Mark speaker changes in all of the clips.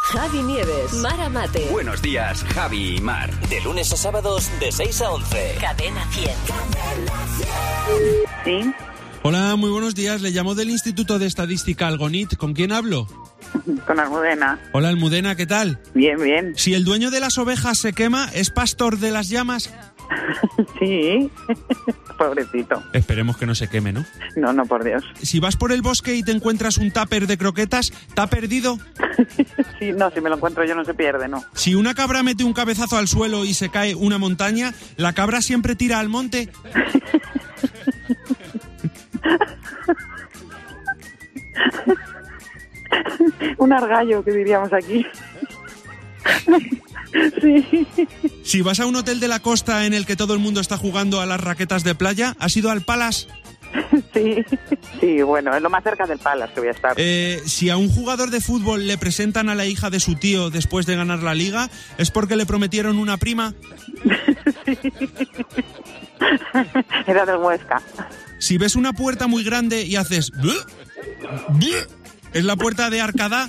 Speaker 1: Javi Nieves, Mara Mate,
Speaker 2: Buenos días, Javi y Mar.
Speaker 3: De lunes a sábados de 6 a 11.
Speaker 1: Cadena 100.
Speaker 4: Sí,
Speaker 5: Hola, muy buenos días. Le llamo del Instituto de Estadística Algonit. ¿Con quién hablo?
Speaker 4: con Almudena.
Speaker 5: Hola, Almudena, ¿qué tal?
Speaker 4: Bien, bien.
Speaker 5: Si el dueño de las ovejas se quema, ¿es pastor de las llamas?
Speaker 4: Sí. Pobrecito.
Speaker 5: Esperemos que no se queme, ¿no?
Speaker 4: No, no, por Dios.
Speaker 5: Si vas por el bosque y te encuentras un tupper de croquetas, ¿está perdido?
Speaker 4: Sí, no, si me lo encuentro yo no se pierde, no.
Speaker 5: Si una cabra mete un cabezazo al suelo y se cae una montaña, ¿la cabra siempre tira al monte?
Speaker 4: Un argallo, que diríamos aquí. Sí.
Speaker 5: Si vas a un hotel de la costa en el que todo el mundo está jugando a las raquetas de playa, ¿has ido al Palace?
Speaker 4: Sí. Sí, bueno, es lo más cerca del Palace que voy a estar.
Speaker 5: Eh, si a un jugador de fútbol le presentan a la hija de su tío después de ganar la liga, ¿es porque le prometieron una prima?
Speaker 4: Era del Huesca.
Speaker 5: Si ves una puerta muy grande y haces... "Buh, buh", ¿Es la puerta de Arcadá?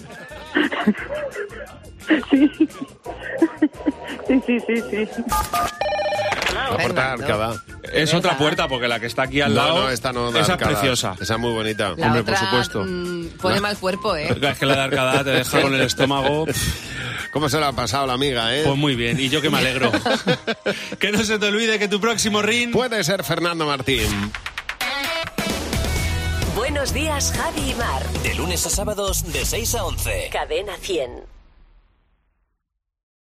Speaker 4: Sí, sí, sí, sí.
Speaker 6: La puerta arcada.
Speaker 7: Es otra puerta, porque la que está aquí al
Speaker 6: no,
Speaker 7: lado.
Speaker 6: no, esta no. da
Speaker 7: Esa es
Speaker 6: arcada.
Speaker 7: preciosa.
Speaker 6: Esa es muy bonita.
Speaker 8: La
Speaker 6: Hombre,
Speaker 8: otra,
Speaker 6: por supuesto.
Speaker 8: mm, pone mal cuerpo, ¿eh?
Speaker 7: Es que la de Arcada te deja con el estómago.
Speaker 6: ¿Cómo se lo ha pasado la amiga, eh?
Speaker 7: Pues muy bien, y yo que me alegro.
Speaker 5: Que no se te olvide que tu próximo ring...
Speaker 6: Puede ser Fernando Martín.
Speaker 1: Buenos días, Javi y Mar.
Speaker 3: De lunes a sábados de 6 a 11.
Speaker 1: Cadena 100.